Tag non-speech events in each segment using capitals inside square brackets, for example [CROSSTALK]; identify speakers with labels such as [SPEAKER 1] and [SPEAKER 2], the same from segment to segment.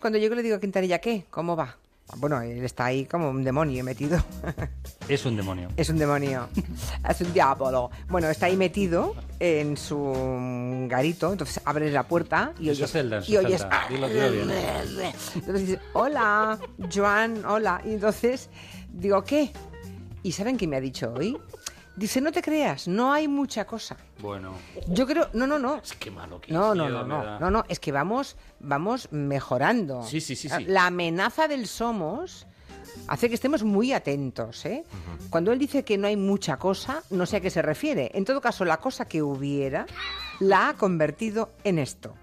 [SPEAKER 1] Cuando yo le digo a Quintanilla, ¿qué? ¿Cómo va? Bueno, él está ahí como un demonio metido. [LAUGHS]
[SPEAKER 2] Es un demonio.
[SPEAKER 1] Es un demonio. es un diablo. Bueno, está ahí metido en su garito. Entonces abres la puerta y
[SPEAKER 2] En
[SPEAKER 1] oyes.
[SPEAKER 2] su celda, en su
[SPEAKER 1] y oyes. [LAUGHS]
[SPEAKER 2] celda. Dilo, dilo bien.
[SPEAKER 1] Entonces dices, hola, Joan, hola. Y entonces digo, ¿qué? ¿Y saben qué me ha dicho hoy? Dice, no te creas, no hay mucha cosa.
[SPEAKER 2] Bueno,
[SPEAKER 1] Yo creo. No, no, no.
[SPEAKER 2] es que malo que
[SPEAKER 1] No,
[SPEAKER 2] es,
[SPEAKER 1] no,
[SPEAKER 2] tío,
[SPEAKER 1] no,
[SPEAKER 2] de
[SPEAKER 1] no,
[SPEAKER 2] verdad.
[SPEAKER 1] no, no, es que vamos, vamos mejorando. Ah,
[SPEAKER 2] Sí, sí, sí, sí.
[SPEAKER 1] La amenaza del somos hace que estemos muy atentos, ¿eh? Cuando él dice que no hay mucha cosa, no sé a qué se refiere. En todo caso, la cosa que hubiera la ha convertido en esto.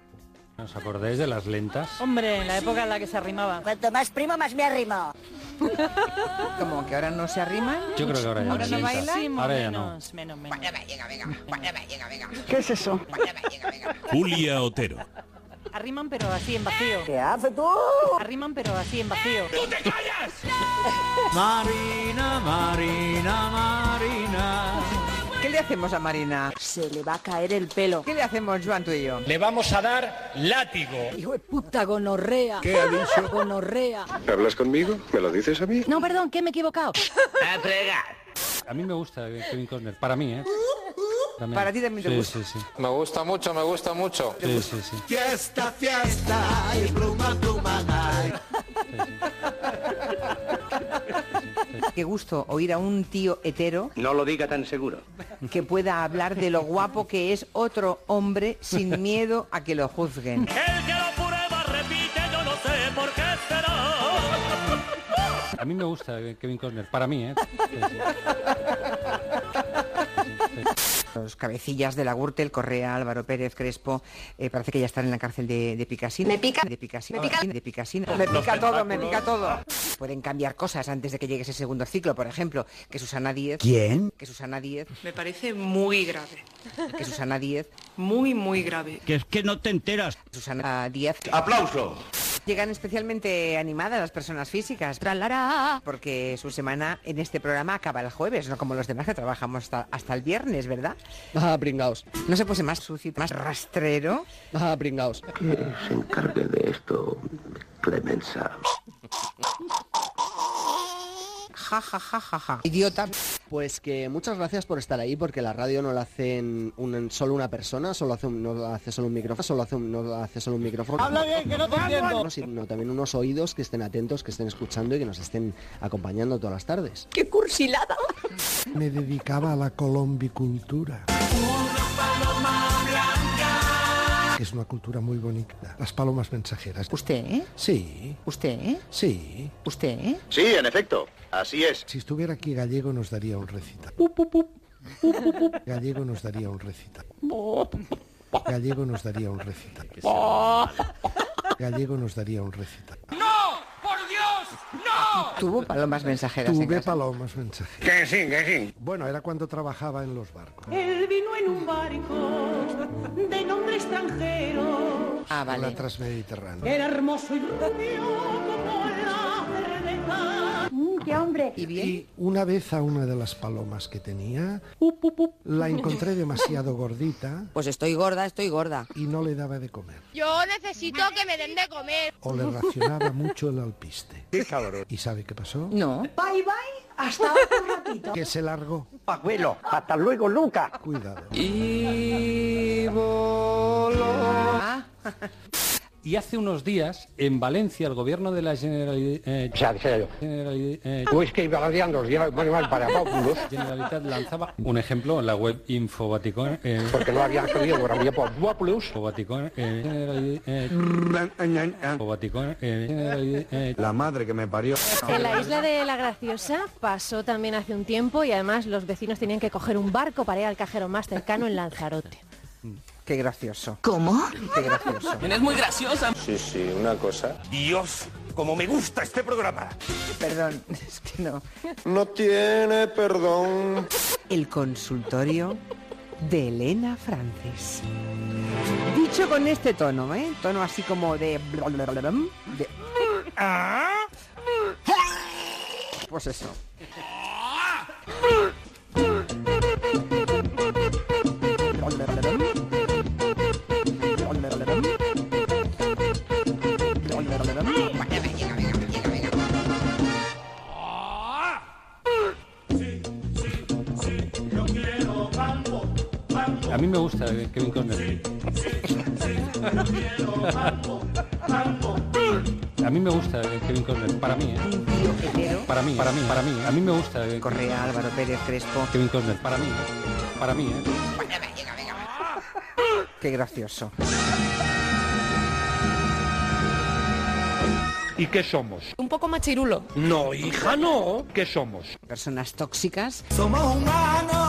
[SPEAKER 2] ¿Os acordáis de las lentas?
[SPEAKER 3] Hombre, la época en la que se arrimaba.
[SPEAKER 4] Cuanto más primo, más me arrimo.
[SPEAKER 1] Como que ahora no se arriman.
[SPEAKER 2] Yo creo que ahora ya
[SPEAKER 3] Ahora
[SPEAKER 2] las
[SPEAKER 3] no
[SPEAKER 2] lentas.
[SPEAKER 3] baila,
[SPEAKER 2] Ahora ya no.
[SPEAKER 3] menos, menos, menos.
[SPEAKER 5] Julia Otero.
[SPEAKER 3] Arriman pero así en vacío.
[SPEAKER 4] ¿Qué haces tú?
[SPEAKER 3] Arriman pero así en vacío.
[SPEAKER 6] Marina, Marina, Marina.
[SPEAKER 1] ¿Qué le hacemos a Marina?
[SPEAKER 4] Se le va a caer el pelo.
[SPEAKER 1] ¿Qué le hacemos, Joan, tú y yo?
[SPEAKER 7] Le vamos a dar látigo.
[SPEAKER 4] Hijo de puta gonorrea.
[SPEAKER 8] ¿Qué ha dicho?
[SPEAKER 4] Gonorrea.
[SPEAKER 8] ¿Hablas conmigo? ¿Me lo dices a mí?
[SPEAKER 4] No, perdón, que me he equivocado.
[SPEAKER 2] A mí me gusta Kevin Costner. Para mí, ¿eh? También.
[SPEAKER 1] Para ti también te
[SPEAKER 2] Sí,
[SPEAKER 1] gusta.
[SPEAKER 2] Sí, sí,
[SPEAKER 7] Me gusta mucho, me gusta mucho.
[SPEAKER 2] sí. sí, sí.
[SPEAKER 6] Fiesta, fiesta y pluma, pluma.
[SPEAKER 1] Qué gusto oír a un tío hetero
[SPEAKER 9] No lo diga tan seguro.
[SPEAKER 1] que pueda hablar de lo guapo que es otro hombre sin miedo a que lo juzguen.
[SPEAKER 2] A mí me gusta Kevin Costner. Para mí, ¿eh? Sí, sí.
[SPEAKER 1] Los cabecillas de la Gürtel, Correa, Álvaro Pérez, Crespo, eh, parece que ya están en la cárcel de, de Picasina. Me pica. De Picasina. Me pica. De Picasina. Me pica todo, me pica todo. Pueden cambiar cosas antes de que llegue ese segundo ciclo, por ejemplo, que Susana Díez.
[SPEAKER 6] ¿Quién?
[SPEAKER 1] Que Susana Díez.
[SPEAKER 10] Me parece muy grave,
[SPEAKER 1] Que Susana Díez.
[SPEAKER 10] muy, muy grave.
[SPEAKER 6] Que es que no te enteras.
[SPEAKER 1] Susana Díez.
[SPEAKER 9] ¡Aplauso!
[SPEAKER 1] Llegan especialmente animadas las personas físicas. Tralará. Porque su semana en este programa acaba el jueves, no como los demás que trabajamos hasta, hasta el viernes, ¿verdad?
[SPEAKER 9] Ah, pringaos.
[SPEAKER 1] No se puse más sucio, más rastrero.
[SPEAKER 9] Ah, pringaos.
[SPEAKER 8] Eh, Se encargue de esto, Clemenza.
[SPEAKER 1] Ja, ja, ja, ja, ja. Idiota.
[SPEAKER 9] Pues que muchas gracias por estar ahí, porque la radio no la hace en un- en solo una persona, solo hace un- no la hace solo un micrófono, solo hace un- no la hace solo un micrófono. Habla bien, que no te entiendo. Sino también unos oídos que estén atentos, que estén escuchando y que nos estén acompañando todas las tardes.
[SPEAKER 4] ¡Qué cursilada!
[SPEAKER 6] Me dedicaba a la colombicultura. Es una cultura muy bonita. Las palomas mensajeras.
[SPEAKER 1] Usted, ¿eh?
[SPEAKER 6] Sí,
[SPEAKER 1] Usted, ¿eh?
[SPEAKER 6] sí.
[SPEAKER 1] Usted, ¿eh?
[SPEAKER 9] Sí, en efecto. Así es.
[SPEAKER 6] Si estuviera aquí gallego nos daría un recital. Gallego nos daría un recital. Gallego nos daría un recital. Gallego nos daría un recital.
[SPEAKER 1] Tuvo palomas mensajeras en
[SPEAKER 6] Tuve
[SPEAKER 1] casa.
[SPEAKER 6] palomas mensajeras.
[SPEAKER 9] Que sí, que sí.
[SPEAKER 6] Bueno, era cuando trabajaba en los barcos.
[SPEAKER 10] Él vino en un barco de nombre extranjero.
[SPEAKER 1] Ah,
[SPEAKER 6] Por La
[SPEAKER 1] vale.
[SPEAKER 6] transmediterránea.
[SPEAKER 10] Era hermoso y rubio como la cerveza.
[SPEAKER 4] Mm, ¡Qué hombre!
[SPEAKER 1] ¿Y bien?
[SPEAKER 6] Y una vez a una de las palomas que tenía, la encontré demasiado gordita
[SPEAKER 4] Pues estoy gorda, estoy gorda.
[SPEAKER 6] y no le daba de comer.
[SPEAKER 10] Yo necesito que me den de comer.
[SPEAKER 6] O le racionaba mucho el alpiste. ¿Y sabe qué pasó?
[SPEAKER 1] No.
[SPEAKER 4] Bye bye, hasta otro ratito.
[SPEAKER 6] Que se largó.
[SPEAKER 9] Abuelo, hasta luego, Luca.
[SPEAKER 6] Cuidado.
[SPEAKER 1] Ah,
[SPEAKER 2] Y hace unos días, en Valencia, el gobierno de la Generali- eh, Generali- eh, Generalitat lanzaba un ejemplo en la web eh, Info Vaticón. Porque no había querido, había Info Vaticón. eh, Generali- eh, Info Vaticón, eh, Generali- eh,
[SPEAKER 6] La madre que me parió.
[SPEAKER 11] En la isla de La Graciosa pasó también hace un tiempo y además los vecinos tenían que coger un barco para ir al cajero más cercano en Lanzarote.
[SPEAKER 1] qué gracioso.
[SPEAKER 4] ¿Cómo?
[SPEAKER 1] Qué
[SPEAKER 9] [LAUGHS]
[SPEAKER 1] gracioso.
[SPEAKER 8] Sí, sí, una cosa.
[SPEAKER 9] Dios, como me gusta este programa.
[SPEAKER 1] Perdón, [LAUGHS] es que no.
[SPEAKER 8] No tiene perdón.
[SPEAKER 1] El consultorio de Elena Francis. Dicho con este tono, ¿eh? Tono así como de... de- Pues eso.
[SPEAKER 2] mí me gusta eh, Kevin Conner. A mí me gusta eh, Kevin Conner, para mí, eh. Para mí, para mí, para mí. A mí me gusta eh,
[SPEAKER 1] Correa, Álvaro Pérez, Crespo.
[SPEAKER 2] Kevin Conner, para mí, eh. para mí, eh.
[SPEAKER 1] Qué gracioso.
[SPEAKER 12] ¿Y qué somos?
[SPEAKER 13] Un poco machirulo.
[SPEAKER 12] No, hija, no. ¿Qué somos?
[SPEAKER 1] Personas tóxicas.
[SPEAKER 10] Somos humanos.